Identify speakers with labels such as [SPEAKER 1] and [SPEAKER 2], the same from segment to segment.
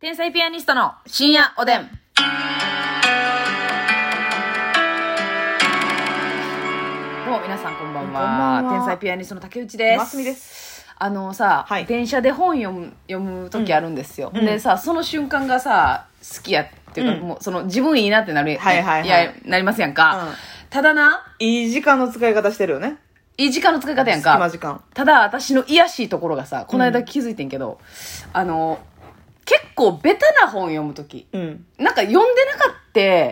[SPEAKER 1] 天才ピアニストの深夜おでん。どうも皆さんこんばんは。
[SPEAKER 2] こんばんは
[SPEAKER 1] 天才ピアニストの竹内です。
[SPEAKER 2] ますみです。
[SPEAKER 1] あのさ、
[SPEAKER 2] はい
[SPEAKER 1] 電車で本読む読む時あるんですよ、
[SPEAKER 2] うん
[SPEAKER 1] でさその瞬間がさ好きやっていうか、
[SPEAKER 2] うん
[SPEAKER 1] もうその自分いいなってなる、
[SPEAKER 2] はいはいはい
[SPEAKER 1] やなりますやんか、
[SPEAKER 2] うん
[SPEAKER 1] ただない
[SPEAKER 2] い時間の使い方してるよね。
[SPEAKER 1] いい時間の使い方やん
[SPEAKER 2] 隙間
[SPEAKER 1] か
[SPEAKER 2] 時間。
[SPEAKER 1] ただ私の癒やしいところがさこの間気づいてんけど、あの結構ベタな本読む時
[SPEAKER 2] うん。
[SPEAKER 1] なんか読んでなか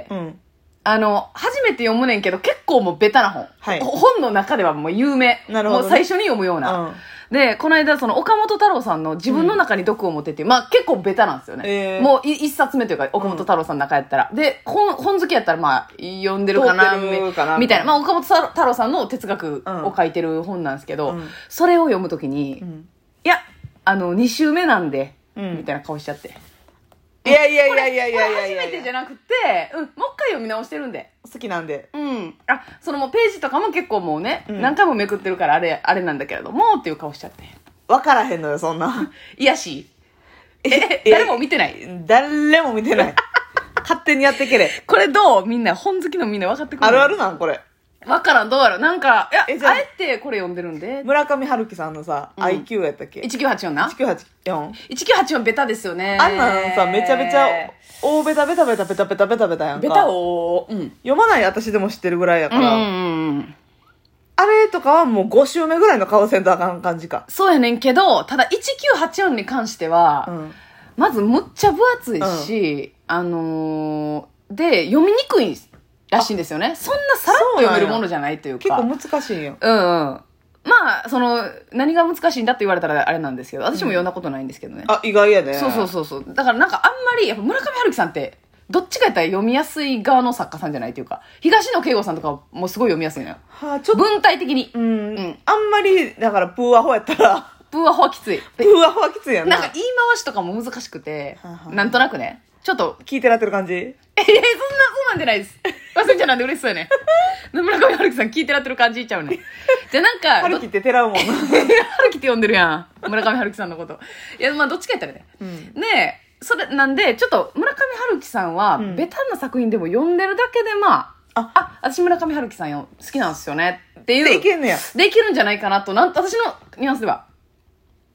[SPEAKER 1] った、
[SPEAKER 2] うん。
[SPEAKER 1] あの初めて読むねんけど結構もうベタな本、
[SPEAKER 2] はい
[SPEAKER 1] ほ本の中ではもう有名
[SPEAKER 2] なるほどね
[SPEAKER 1] もう最初に読むような、
[SPEAKER 2] うん
[SPEAKER 1] で、この間、その岡本太郎さんの自分の中に毒を持ってて、まあ結構ベタなんですよね。
[SPEAKER 2] えー
[SPEAKER 1] もうい一冊目というか、岡本太郎さんの中やったら。で、本、本好きやったら、まあ、読んでるかな、
[SPEAKER 2] 通ってるかな
[SPEAKER 1] みたいな。まあ岡本太郎さんの哲学
[SPEAKER 2] うん
[SPEAKER 1] を書いてる本なんですけど、
[SPEAKER 2] うん
[SPEAKER 1] それを読むときに、
[SPEAKER 2] う
[SPEAKER 1] い
[SPEAKER 2] ん。
[SPEAKER 1] や、あの、2週目なんで、
[SPEAKER 2] うん
[SPEAKER 1] みたいな顔しちゃって。
[SPEAKER 2] いやいやいやいやい
[SPEAKER 1] これ
[SPEAKER 2] やいや
[SPEAKER 1] 初めてじゃなくて、うん、もう一回読み直してるんで。
[SPEAKER 2] 好きなんで。
[SPEAKER 1] うん。あ、そのもうページとかも結構もうね、
[SPEAKER 2] うん
[SPEAKER 1] 何回もめくってるからあれ、あれなんだけれども、っていう顔しちゃって。
[SPEAKER 2] わからへんのよ、そんな。
[SPEAKER 1] いやしい。 え、
[SPEAKER 2] え
[SPEAKER 1] 誰も見てない。
[SPEAKER 2] 誰も見てない。勝手にやってけれ。
[SPEAKER 1] これどうみんな、本好きのみんな分かってくる
[SPEAKER 2] あるあるなん、これ。
[SPEAKER 1] 分からん、どうやろうなんか、いや、
[SPEAKER 2] えじゃあ
[SPEAKER 1] あえてこれ読んでるんで。
[SPEAKER 2] 村上春樹さんのさ、
[SPEAKER 1] うん
[SPEAKER 2] IQ やったっけ
[SPEAKER 1] 1984な
[SPEAKER 2] ?1984。
[SPEAKER 1] ?1984 ベタですよね。
[SPEAKER 2] あんなんさ、めちゃめちゃ、大ベタベタベタベタベタベタベタやんか。
[SPEAKER 1] ベタを、うん。うん
[SPEAKER 2] 読まない私でも知ってるぐらいや
[SPEAKER 1] う
[SPEAKER 2] か
[SPEAKER 1] ん
[SPEAKER 2] ら。
[SPEAKER 1] うんうん。
[SPEAKER 2] あれとかはもう5週目ぐらいの顔せんとあかん感じか。
[SPEAKER 1] そうやねんけど、ただ1984に関して
[SPEAKER 2] う
[SPEAKER 1] は、
[SPEAKER 2] ん。
[SPEAKER 1] まずむっちゃ分厚いし、あのー、で、読みにくいらしいんですよね。そんなさらっと読めるものじゃないというか。
[SPEAKER 2] 結構難しいんよ。
[SPEAKER 1] うんうん。まあ、その、何が難しいんだって言われたらあれなんですけど、私も読んだことないんですけどね。
[SPEAKER 2] あ、意外やね。
[SPEAKER 1] そうそうそうそう。だからなんかあんまり、やっぱ村上春樹さんって、どっちかやったら読みやすい側の作家さんじゃないというか、東野圭吾さんとかもすごい読みやすいのよ。
[SPEAKER 2] はあ、ちょっと、
[SPEAKER 1] 文体的に
[SPEAKER 2] う。ん、
[SPEAKER 1] うん
[SPEAKER 2] あんまり、だから、プーアホやったら、
[SPEAKER 1] プーアホはきつい。
[SPEAKER 2] プ
[SPEAKER 1] で
[SPEAKER 2] ーアホはきついやんな。
[SPEAKER 1] なんか言い回しとかも難しくて
[SPEAKER 2] はあは、あ
[SPEAKER 1] なんとなくね。ちょっと、
[SPEAKER 2] 聞いてらってる感じ
[SPEAKER 1] ええそんな、そうなんじゃないです。忘れちゃなんで嬉しそうやね。 村上春樹さん聞いてらってる感じいっちゃうね。じゃあなんか、
[SPEAKER 2] 春樹っててらうもんな。
[SPEAKER 1] 春樹って呼んでるやん。村上春樹さんのこと。いや、まあ、どっちかやったらね。
[SPEAKER 2] うん
[SPEAKER 1] で、それ、なんで、ちょっと、村上春樹さんは、
[SPEAKER 2] ん
[SPEAKER 1] ベタな作品でも読んでるだけで、まあ、
[SPEAKER 2] あ
[SPEAKER 1] あ、私村上春樹さんよ、好きなんですよね、っていう。
[SPEAKER 2] でいけんねや
[SPEAKER 1] できるんじゃないかなと、なん私のニュアンスでは、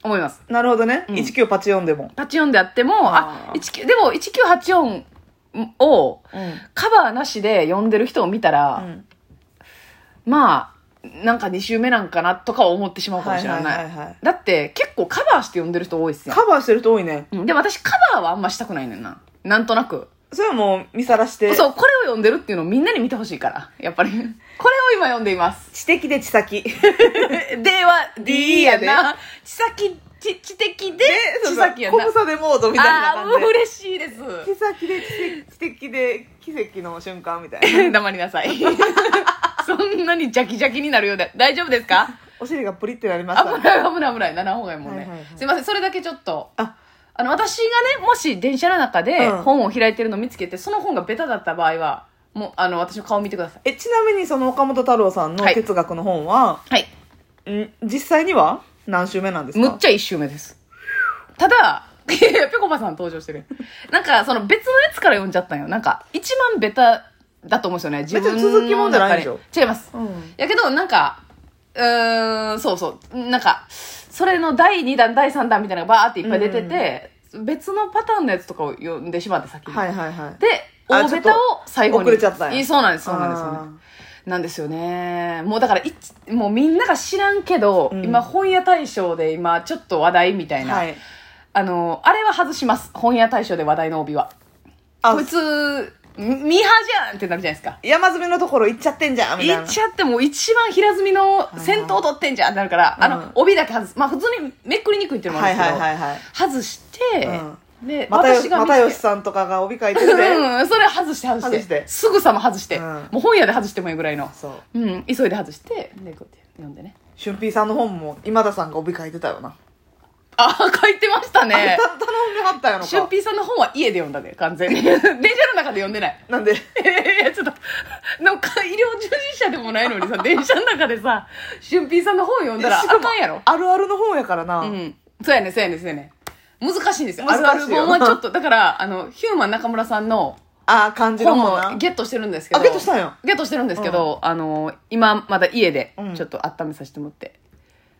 [SPEAKER 1] 思います。
[SPEAKER 2] なるほどね。
[SPEAKER 1] うん
[SPEAKER 2] 19パチ4でも。
[SPEAKER 1] パチオンであっても、あ
[SPEAKER 2] あ、ー
[SPEAKER 1] 19でも、1984を、カバーなしで読んでる人を見たら、
[SPEAKER 2] うん
[SPEAKER 1] まあ、なんか2週目なんかなとか思ってしまうかもしれない。
[SPEAKER 2] はいはいはいはい
[SPEAKER 1] だって結構カバーして読んでる人多いっすよ。
[SPEAKER 2] カバーしてる人多いね。
[SPEAKER 1] うんでも私カバーはあんましたくないねんな。なんとなく。
[SPEAKER 2] それはもう見さらして、
[SPEAKER 1] そう、これを読んでるっていうのをみんなに見てほしいから。やっぱり。これを今読んでいます。
[SPEAKER 2] 知的で知 先。で、
[SPEAKER 1] では、D やな。知先、知知的で、知先や
[SPEAKER 2] 小
[SPEAKER 1] な。
[SPEAKER 2] 房でモードみたいな
[SPEAKER 1] ああー、
[SPEAKER 2] 感
[SPEAKER 1] もう
[SPEAKER 2] じで。
[SPEAKER 1] 嬉しいです。
[SPEAKER 2] 知先で知的知的で奇跡の瞬間みたいな。
[SPEAKER 1] 黙りなさい。 そんなにジャキジャキになるようで、大丈夫ですか
[SPEAKER 2] お尻がプリってなりました
[SPEAKER 1] 危。ない危ない危ないならんほうがいいもんね、
[SPEAKER 2] はいはいはい
[SPEAKER 1] すいませんそれだけちょっと
[SPEAKER 2] あ
[SPEAKER 1] あの私がねもし電車の中で
[SPEAKER 2] うん
[SPEAKER 1] 本を開いてるのを見つけて、その本がベタだった場合はもうあの私の顔見てください
[SPEAKER 2] え、ちなみにその岡本太郎さんの
[SPEAKER 1] はい
[SPEAKER 2] 哲学の本は、
[SPEAKER 1] はい
[SPEAKER 2] ん実際には何週目なんですか
[SPEAKER 1] むっちゃ1周目ですただ いやいやぺこぱさん登場してるなんかその別のやつから読んじゃったんよなんか一番ベタだと思うんですよね自分
[SPEAKER 2] 別に続きもんじゃないでしょ
[SPEAKER 1] の中に違います、
[SPEAKER 2] うん
[SPEAKER 1] やけどなんかうーんそうそうなんかそれの第2弾第3弾みたいなのがバーっていっぱい出てて、別のパターンのやつとかを読んでしまって先に、
[SPEAKER 2] はいはいはい
[SPEAKER 1] で
[SPEAKER 2] あ
[SPEAKER 1] 大ベタを最後に
[SPEAKER 2] ちょっと遅れちゃったんや
[SPEAKER 1] いいそうなんですそうなんですよねなんですよねもうだからいちもうみんなが知らんけど、
[SPEAKER 2] うん
[SPEAKER 1] 今本屋大賞で今ちょっと話題みたいな、
[SPEAKER 2] はい
[SPEAKER 1] あのあれは外します本屋大賞で話題の帯は
[SPEAKER 2] あ
[SPEAKER 1] こいつミミーハーじゃんってなるじゃないですか
[SPEAKER 2] 山積みのところ行っちゃってんじゃんみたい
[SPEAKER 1] 言
[SPEAKER 2] な
[SPEAKER 1] っちゃってもう一番平積みの先頭取ってんじゃんってなるから、
[SPEAKER 2] うん
[SPEAKER 1] あの帯だけ外すまあ普通にめくりにくいっていうのもあ
[SPEAKER 2] は
[SPEAKER 1] るん
[SPEAKER 2] い
[SPEAKER 1] です
[SPEAKER 2] は
[SPEAKER 1] け
[SPEAKER 2] い
[SPEAKER 1] ど、
[SPEAKER 2] はいはい
[SPEAKER 1] 外して、で
[SPEAKER 2] 又
[SPEAKER 1] 私
[SPEAKER 2] 吉
[SPEAKER 1] が見つけ
[SPEAKER 2] 又吉さんとかが帯書いてて、
[SPEAKER 1] うん、 それ外して外して
[SPEAKER 2] 外して
[SPEAKER 1] すぐさま外して、
[SPEAKER 2] うん
[SPEAKER 1] もう本屋で外してもいいぐらいの
[SPEAKER 2] そう
[SPEAKER 1] うん急いで外してでこうやって読んでね
[SPEAKER 2] 俊平さんの本も今田さんが帯書いてたよな、
[SPEAKER 1] あ書いてました
[SPEAKER 2] あれ
[SPEAKER 1] ね
[SPEAKER 2] た頼んではったやのか
[SPEAKER 1] 俊平さんの本は家で読んだで完全に 電車の中で読んでない
[SPEAKER 2] なんで
[SPEAKER 1] いやちょっとなんか医療従事者でもないのに さ電車の中でさ俊平さんの本読んだらあかんやろ
[SPEAKER 2] あるあるの本やからな、
[SPEAKER 1] うん。そうやね、そうやね、そうやね。難しいんですよ。あ
[SPEAKER 2] 難しい
[SPEAKER 1] るあ
[SPEAKER 2] よ
[SPEAKER 1] る本はちょっと、だから、あの、ヒューマン中村さんの
[SPEAKER 2] ああ、感じの
[SPEAKER 1] 本
[SPEAKER 2] もんな。
[SPEAKER 1] もゲットしてるんですけど。
[SPEAKER 2] あ、ゲットしたんよ。
[SPEAKER 1] ゲットしてるんですけど、あの、今まだ家で
[SPEAKER 2] うん
[SPEAKER 1] ちょっと温めさせてもらって。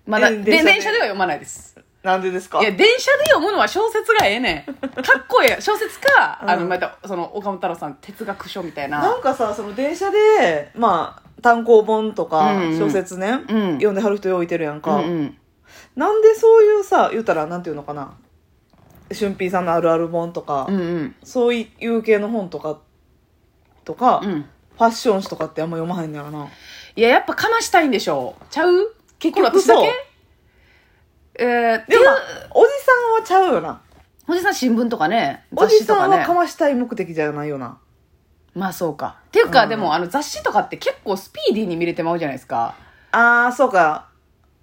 [SPEAKER 1] まだ、
[SPEAKER 2] え
[SPEAKER 1] で
[SPEAKER 2] 電
[SPEAKER 1] 電
[SPEAKER 2] 車
[SPEAKER 1] 車で
[SPEAKER 2] で
[SPEAKER 1] は読まないです。
[SPEAKER 2] なんでですか
[SPEAKER 1] いや、電車で読むのは小説がええ ねん。かっこええ。小説か、
[SPEAKER 2] うん
[SPEAKER 1] あの、また、その、岡本太郎さん哲学書みたい
[SPEAKER 2] な
[SPEAKER 1] な。
[SPEAKER 2] んかさ、その電車で、まあ、単行本とか
[SPEAKER 1] うんうん
[SPEAKER 2] 小説ね、
[SPEAKER 1] うん
[SPEAKER 2] 読んではる人置いてるやん
[SPEAKER 1] うん
[SPEAKER 2] か、
[SPEAKER 1] うん。
[SPEAKER 2] なんでそういうさ、言うたら、なんていうのかな。俊平さんのあるある本とか、
[SPEAKER 1] うんうん。
[SPEAKER 2] そういう系の本とか、とか、
[SPEAKER 1] う
[SPEAKER 2] フ
[SPEAKER 1] ん。
[SPEAKER 2] ァッション誌とかってあんま読まへんのやろな。
[SPEAKER 1] いや、やっぱかましたいんでしょう。ちゃう結局
[SPEAKER 2] 局
[SPEAKER 1] 私だ
[SPEAKER 2] そう
[SPEAKER 1] けえー、ってい
[SPEAKER 2] で
[SPEAKER 1] う
[SPEAKER 2] も、おじさんはちゃうよな。
[SPEAKER 1] おじさん新聞とかね、
[SPEAKER 2] お
[SPEAKER 1] 雑
[SPEAKER 2] じ
[SPEAKER 1] 誌と
[SPEAKER 2] さ
[SPEAKER 1] か
[SPEAKER 2] んは
[SPEAKER 1] ね
[SPEAKER 2] か。ましたい目的じゃないよな。
[SPEAKER 1] まあそうか。っていうか、
[SPEAKER 2] うん
[SPEAKER 1] でもあの雑誌とかって結構スピーディーに見れてまうじゃないですか。
[SPEAKER 2] ああ、そうか。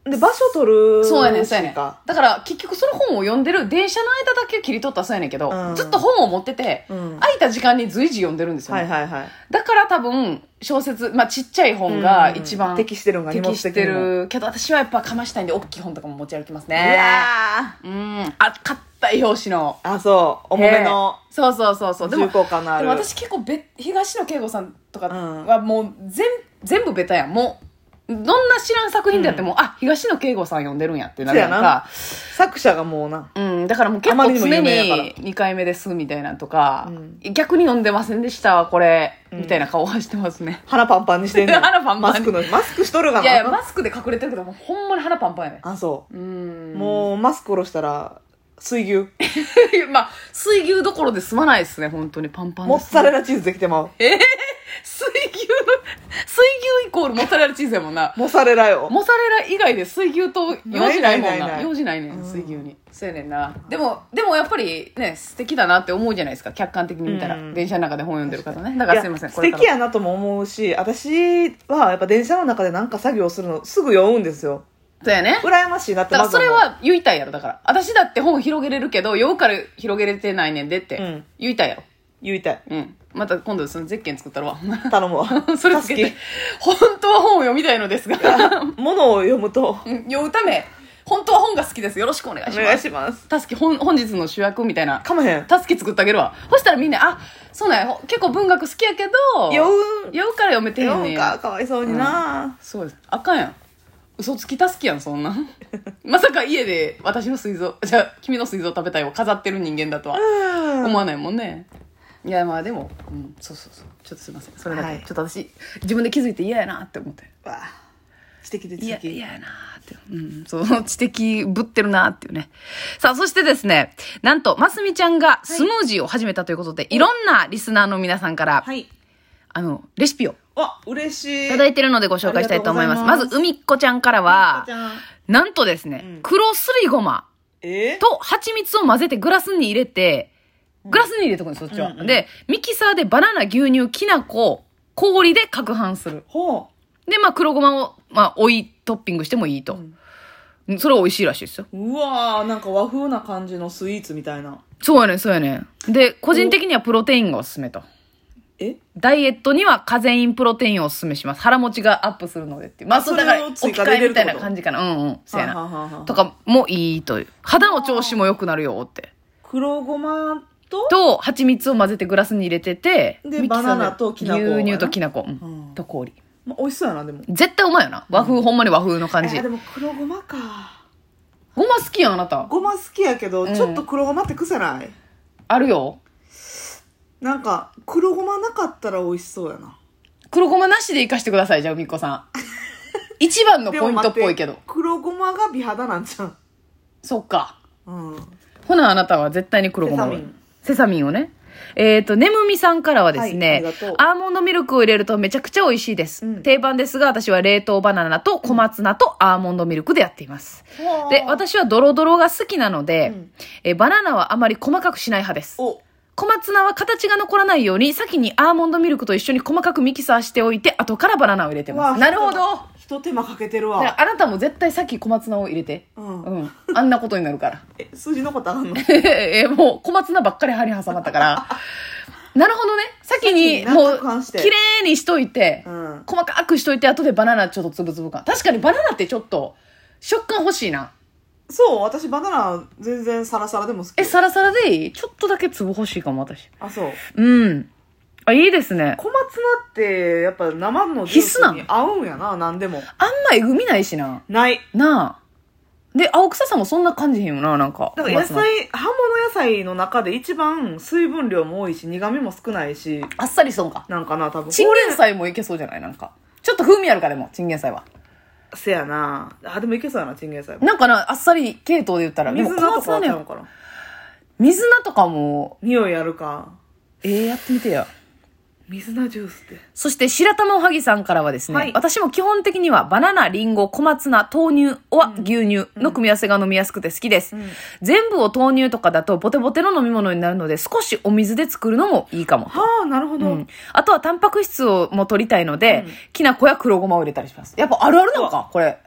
[SPEAKER 2] で、場所取る
[SPEAKER 1] そうやねん、そうやねん。
[SPEAKER 2] しか
[SPEAKER 1] だから結局その本を読んでる電車の間だけ切り取ったらそうやねんけど、
[SPEAKER 2] うん
[SPEAKER 1] ずっと本を持ってて、
[SPEAKER 2] うん
[SPEAKER 1] 空いた時間に随時読んでるんですよ、ね
[SPEAKER 2] はいはいはい。
[SPEAKER 1] だから多分小説、まあちっちゃい本が一
[SPEAKER 2] う
[SPEAKER 1] 番
[SPEAKER 2] ん適してるんが荷物
[SPEAKER 1] 適
[SPEAKER 2] 的に
[SPEAKER 1] し
[SPEAKER 2] も
[SPEAKER 1] てるけど、私はやっぱかましたいんで大きい本とかも持ち歩きます
[SPEAKER 2] い
[SPEAKER 1] ね。
[SPEAKER 2] や
[SPEAKER 1] うん。あ、硬い表紙の。
[SPEAKER 2] ーあ、そう。重めの
[SPEAKER 1] へえ。そうそうそうそう。で
[SPEAKER 2] 重
[SPEAKER 1] も
[SPEAKER 2] 厚感のあ
[SPEAKER 1] で
[SPEAKER 2] る。
[SPEAKER 1] も私結構べ東野圭吾さんとか
[SPEAKER 2] うん
[SPEAKER 1] はもう全,、全部ベタやんもうどんな知らん作品であっても、あ東野圭吾さん読んでるんやってなるやんか
[SPEAKER 2] 作者がもうな。
[SPEAKER 1] うん、だからもう結
[SPEAKER 2] あま
[SPEAKER 1] 構
[SPEAKER 2] りにも
[SPEAKER 1] 常
[SPEAKER 2] 有名やから
[SPEAKER 1] に2回目ですみたいなんとか、
[SPEAKER 2] うん
[SPEAKER 1] 逆に読んでませんでしたわこれ、
[SPEAKER 2] うん
[SPEAKER 1] みたいな顔はしてます ね
[SPEAKER 2] 腹パンパンにしてんねん
[SPEAKER 1] 腹パンパン
[SPEAKER 2] マスクの、マスクしとるがな。
[SPEAKER 1] いやいやマスクで隠れてるけどもうほんまに腹パンパンやね
[SPEAKER 2] あ、そうう。
[SPEAKER 1] ん
[SPEAKER 2] もう、マスク下ろしたら、水牛。
[SPEAKER 1] うまあ水牛どころで済まないですね本当にパンパン
[SPEAKER 2] モ
[SPEAKER 1] で
[SPEAKER 2] ッ
[SPEAKER 1] す
[SPEAKER 2] ツァレラチーズできてまう。
[SPEAKER 1] 水牛の水牛イコールモッツァレラチーズやもんな
[SPEAKER 2] モッツァレラよ。
[SPEAKER 1] モサレラ以外で水牛と用事ないもん
[SPEAKER 2] ないないな
[SPEAKER 1] ない用事ないね
[SPEAKER 2] うん
[SPEAKER 1] ん水牛にそうやねんなでもでもやっぱりね素敵だなって思うじゃないですか客観的に見た
[SPEAKER 2] う
[SPEAKER 1] ら
[SPEAKER 2] ん
[SPEAKER 1] 電車の中で本読んでる方ねだ
[SPEAKER 2] い
[SPEAKER 1] から
[SPEAKER 2] や
[SPEAKER 1] すいません
[SPEAKER 2] 素
[SPEAKER 1] これから
[SPEAKER 2] 敵やなとも思うし、私はやっぱ電車の中でなんか作業するのすぐ酔うんですよ。
[SPEAKER 1] そうやね
[SPEAKER 2] 羨ましいなって
[SPEAKER 1] だからそれ
[SPEAKER 2] 思う
[SPEAKER 1] は言いたいやろだから私だって本広げれるけど酔うから広げれてないねんでっ
[SPEAKER 2] う
[SPEAKER 1] て
[SPEAKER 2] ん
[SPEAKER 1] 言いたいやろ
[SPEAKER 2] 言いたい。
[SPEAKER 1] うんまた今度そのゼッケン作ったらわ
[SPEAKER 2] 頼むわ。
[SPEAKER 1] それつけ
[SPEAKER 2] 助
[SPEAKER 1] て
[SPEAKER 2] け
[SPEAKER 1] 本当は本を読みたいのですが
[SPEAKER 2] 物を読むと、
[SPEAKER 1] うん酔うため本当は本が好きですよろしくお願い
[SPEAKER 2] お
[SPEAKER 1] しま
[SPEAKER 2] 願い
[SPEAKER 1] す
[SPEAKER 2] します。
[SPEAKER 1] たすき本本日の主役みたいな
[SPEAKER 2] かまへん。
[SPEAKER 1] 助け作ってあげるわそしたらみんなあそうなんやほ結構文学好きやけど
[SPEAKER 2] 酔う、
[SPEAKER 1] 酔うから読めてへん
[SPEAKER 2] 酔
[SPEAKER 1] ね
[SPEAKER 2] うんか、かわいそうにな。
[SPEAKER 1] そうですあかんやん嘘つき助けやんそんなん まさか家で私の水蔵じゃあ君の水蔵食べたいを飾ってる人間だとは
[SPEAKER 2] うん
[SPEAKER 1] 思わないもんね、いやまあでも、うん、そうそうそうちょっとすいませんそれだけ、
[SPEAKER 2] はい
[SPEAKER 1] ちょっと私自分で気づいて嫌やなって思って
[SPEAKER 2] わあ知的で
[SPEAKER 1] い
[SPEAKER 2] 知
[SPEAKER 1] や、い
[SPEAKER 2] 的。
[SPEAKER 1] ややなーって。うん、そう、知的ぶってるなーっていうね。さあ、そしてですね、なんと、ますみちゃんがスムージーを始めたということで、い、ろんなリスナーの皆さんから、
[SPEAKER 2] はい。
[SPEAKER 1] あの、レシピを
[SPEAKER 2] わ、嬉しい。
[SPEAKER 1] いただいてるのでご紹介したいと思います。
[SPEAKER 2] あり
[SPEAKER 1] ま
[SPEAKER 2] がとうございま
[SPEAKER 1] ず、
[SPEAKER 2] す
[SPEAKER 1] うみっこちゃんから
[SPEAKER 2] あ
[SPEAKER 1] は
[SPEAKER 2] ち、ゃん
[SPEAKER 1] なんとですね、
[SPEAKER 2] うん
[SPEAKER 1] 黒すりごま
[SPEAKER 2] え
[SPEAKER 1] と蜂蜜を混ぜてグラスに入れて、グラスに入れとくんです、そっちは。
[SPEAKER 2] うんうん
[SPEAKER 1] で、ミキサーでバナナ、牛乳、きな粉、氷で攪拌する。
[SPEAKER 2] ほ
[SPEAKER 1] で、まあ、黒ごまを、まあ、追いトッピングしてもいいと。うんそれは美味しいらしいですよ。
[SPEAKER 2] う。うわーなんか和風な感じのスイーツみたいな。
[SPEAKER 1] そうやねんそうやねんで、個人的にはプロテインがおすすめと。
[SPEAKER 2] え
[SPEAKER 1] ダイエットにはカゼインプロテインをおすすめします。腹持ちがアップするのでっていう。まあ、
[SPEAKER 2] あ
[SPEAKER 1] そ
[SPEAKER 2] そ
[SPEAKER 1] う
[SPEAKER 2] れを
[SPEAKER 1] だから、置き
[SPEAKER 2] 追加
[SPEAKER 1] 換
[SPEAKER 2] で入
[SPEAKER 1] え
[SPEAKER 2] れるっ
[SPEAKER 1] み
[SPEAKER 2] て
[SPEAKER 1] た
[SPEAKER 2] こ
[SPEAKER 1] い
[SPEAKER 2] と
[SPEAKER 1] な感じかな。うんうん。そうや
[SPEAKER 2] はあ
[SPEAKER 1] な。
[SPEAKER 2] はあはあ
[SPEAKER 1] とかもいいという。肌の調子も良くなるよって。
[SPEAKER 2] 黒ごまと、
[SPEAKER 1] と、蜂蜜を混ぜてグラスに入れてて、
[SPEAKER 2] で
[SPEAKER 1] ミキサー
[SPEAKER 2] バナナときな粉
[SPEAKER 1] 牛乳ときな粉。う
[SPEAKER 2] うん
[SPEAKER 1] んと氷。
[SPEAKER 2] まあ、美味しそうやな、でも。
[SPEAKER 1] 絶対うまいよな。和風、ほんまに和風の感
[SPEAKER 2] え
[SPEAKER 1] じ
[SPEAKER 2] ーで。も黒ごまか。
[SPEAKER 1] ごま好きやん、あなた。
[SPEAKER 2] ごま好きやけど、
[SPEAKER 1] うん
[SPEAKER 2] ちょっと黒ごまって癖ない
[SPEAKER 1] あるよ。
[SPEAKER 2] なんか黒ごまなかったら美味しそうやな
[SPEAKER 1] 黒ごまなしで生かしてください、じゃあ、みっこ さん。一番の
[SPEAKER 2] で
[SPEAKER 1] ポ
[SPEAKER 2] も
[SPEAKER 1] イン
[SPEAKER 2] 待
[SPEAKER 1] トってぽいけど。
[SPEAKER 2] 黒ごまが美肌なんじゃん
[SPEAKER 1] そっか。
[SPEAKER 2] うん
[SPEAKER 1] ほなあなたは絶対に黒ごまを
[SPEAKER 2] セサミン
[SPEAKER 1] セサミンをねえっ、と、ねむみさんからはですね、
[SPEAKER 2] はいありがとう
[SPEAKER 1] アーモンドミルクを入れるとめちゃくちゃ美味しいです。
[SPEAKER 2] うん
[SPEAKER 1] 定番ですが、私は冷凍バナナと小松菜とアーモンドミルクでやっています。で、私はドロドロが好きなので、
[SPEAKER 2] うん
[SPEAKER 1] えーバナナはあまり細かくしない派です。
[SPEAKER 2] お
[SPEAKER 1] 小松菜は形が残らないように、先にアーモンドミルクと一緒に細かくミキサーしておいて、後からバナナを入れてま
[SPEAKER 2] わあ
[SPEAKER 1] す。なるほど
[SPEAKER 2] ひと手間かけてる
[SPEAKER 1] だか
[SPEAKER 2] わ
[SPEAKER 1] らあなたも絶対さっき小松菜を入れて。
[SPEAKER 2] うん、
[SPEAKER 1] うん。あんなことになるから。
[SPEAKER 2] え数字のことあんの
[SPEAKER 1] ええもう小松菜ばっかり歯に挟まったから。なるほどね。先に、
[SPEAKER 2] 先に
[SPEAKER 1] も
[SPEAKER 2] 中
[SPEAKER 1] う
[SPEAKER 2] 間して、
[SPEAKER 1] 綺麗にしといて、
[SPEAKER 2] うん
[SPEAKER 1] 細かくしといて、後でバナナちょっとつぶつぶ感。確かにバナナってちょっと、食感欲しいな。
[SPEAKER 2] そう私バナナ全然サラサラでも好き
[SPEAKER 1] え、サラサラでいいちょっとだけ粒欲しいかも、私。
[SPEAKER 2] あそう
[SPEAKER 1] うん。あ、いいですね。
[SPEAKER 2] 小松菜ってやっぱ生のジュースに合うんやな何でも
[SPEAKER 1] あんまえぐみないしな。
[SPEAKER 2] ない
[SPEAKER 1] なあ。で、青臭さもそんな感じへんよな、なんか。
[SPEAKER 2] だから野
[SPEAKER 1] 小松菜
[SPEAKER 2] 菜葉物野菜の中で一番水分量も多いし苦味も少ないし
[SPEAKER 1] あっさりそうか。
[SPEAKER 2] なんかな多分
[SPEAKER 1] チンゲン菜もいけそうじゃないなんか。ちょっと風味あるか、でも、チンゲン菜は。
[SPEAKER 2] せやなあでもいけそうやなチンゲン菜も
[SPEAKER 1] なんかな、あっさり系統で言ったら。でも
[SPEAKER 2] 水菜とかはち
[SPEAKER 1] ね
[SPEAKER 2] ゃう、んかな
[SPEAKER 1] 水菜とかも、
[SPEAKER 2] 匂いあるか
[SPEAKER 1] ええやってみてよ。
[SPEAKER 2] 水菜ジュースって
[SPEAKER 1] そして白玉おはぎさんからはですね、
[SPEAKER 2] はい
[SPEAKER 1] 私も基本的にはバナナ、リンゴ、小松菜、豆乳、おわ、牛乳の組み合わせが飲みやすくて好きです、
[SPEAKER 2] ん
[SPEAKER 1] 全部を豆乳とかだとボテボテの飲み物になるので少しお水で作るのもいいかも。
[SPEAKER 2] はあなるほど、
[SPEAKER 1] うんあとはタンパク質をも取りたいので、きな粉や黒ごまを入れたりします。やっぱあるあるなの
[SPEAKER 2] う
[SPEAKER 1] か、これ。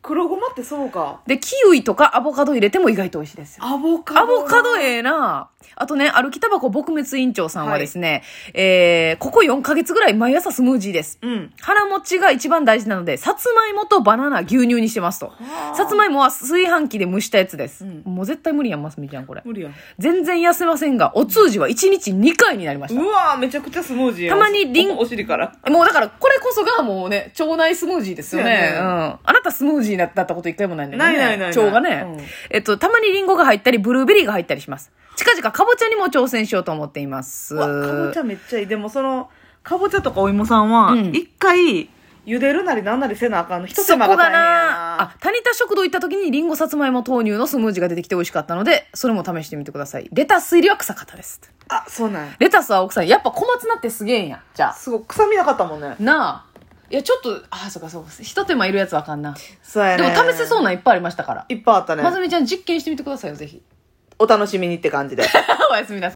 [SPEAKER 2] 黒ごまってそうか
[SPEAKER 1] で、キウイとかアボカド入れても意外と美味しいですよ。
[SPEAKER 2] アボカド
[SPEAKER 1] アボカドええなあとね、歩きタバコ撲滅委員長さんはですね、えー、ここ4ヶ月ぐらい毎朝スムージーです。
[SPEAKER 2] うん
[SPEAKER 1] 腹持ちが一番大事なので、さつまいもとバナナ、牛乳にしてますと。さつまいもは炊飯器で蒸したやつです。
[SPEAKER 2] うん
[SPEAKER 1] もう絶対無理やん、ますみちゃん、これ。
[SPEAKER 2] 無理やん
[SPEAKER 1] 全然痩せませんが、お通じは1日2回になりまし
[SPEAKER 2] うわーめちゃくちゃスムージーやん
[SPEAKER 1] たまにリン
[SPEAKER 2] おお尻から
[SPEAKER 1] た。もうだから、これこそがもうね、腸内スムージーですよね。
[SPEAKER 2] そう
[SPEAKER 1] う
[SPEAKER 2] や
[SPEAKER 1] ん。
[SPEAKER 2] ね
[SPEAKER 1] あなたスムージーだったこと一回もないんだよね。
[SPEAKER 2] ないないないない
[SPEAKER 1] 腸がね、
[SPEAKER 2] うん
[SPEAKER 1] えっと、たまにリンゴが入ったり、ブルーベリーが入ったりします。近々、かぼちゃにも挑戦しようと思っています。
[SPEAKER 2] うわかぼちゃめっちゃいいでもそのかぼちゃとかお芋さんは
[SPEAKER 1] うん
[SPEAKER 2] 一、回茹でるなりなんなりせなあかんの一手
[SPEAKER 1] そこ
[SPEAKER 2] 間が大
[SPEAKER 1] だ
[SPEAKER 2] 変やな
[SPEAKER 1] なあ、タニタ食堂行った時にリンゴさつまいも豆乳のスムージーが出てきて美味しかったので、それも試してみてください。レタス入りは臭かったです。
[SPEAKER 2] あそうなんや
[SPEAKER 1] レタスは奥さん、やっぱ小松菜ってすげえんや。じゃあ。
[SPEAKER 2] すごい臭みなかったもんね
[SPEAKER 1] なあ。いや、ちょっと、あ、そうかそうか。一手間いるやつわかんな。
[SPEAKER 2] そうや
[SPEAKER 1] でも
[SPEAKER 2] ね
[SPEAKER 1] 試せそうなんいっぱいありましたから。
[SPEAKER 2] いっぱいあったね
[SPEAKER 1] まずみちゃん実験してみてくださいよ、ぜひ。
[SPEAKER 2] お楽しみにって感じで
[SPEAKER 1] おやすみなさい。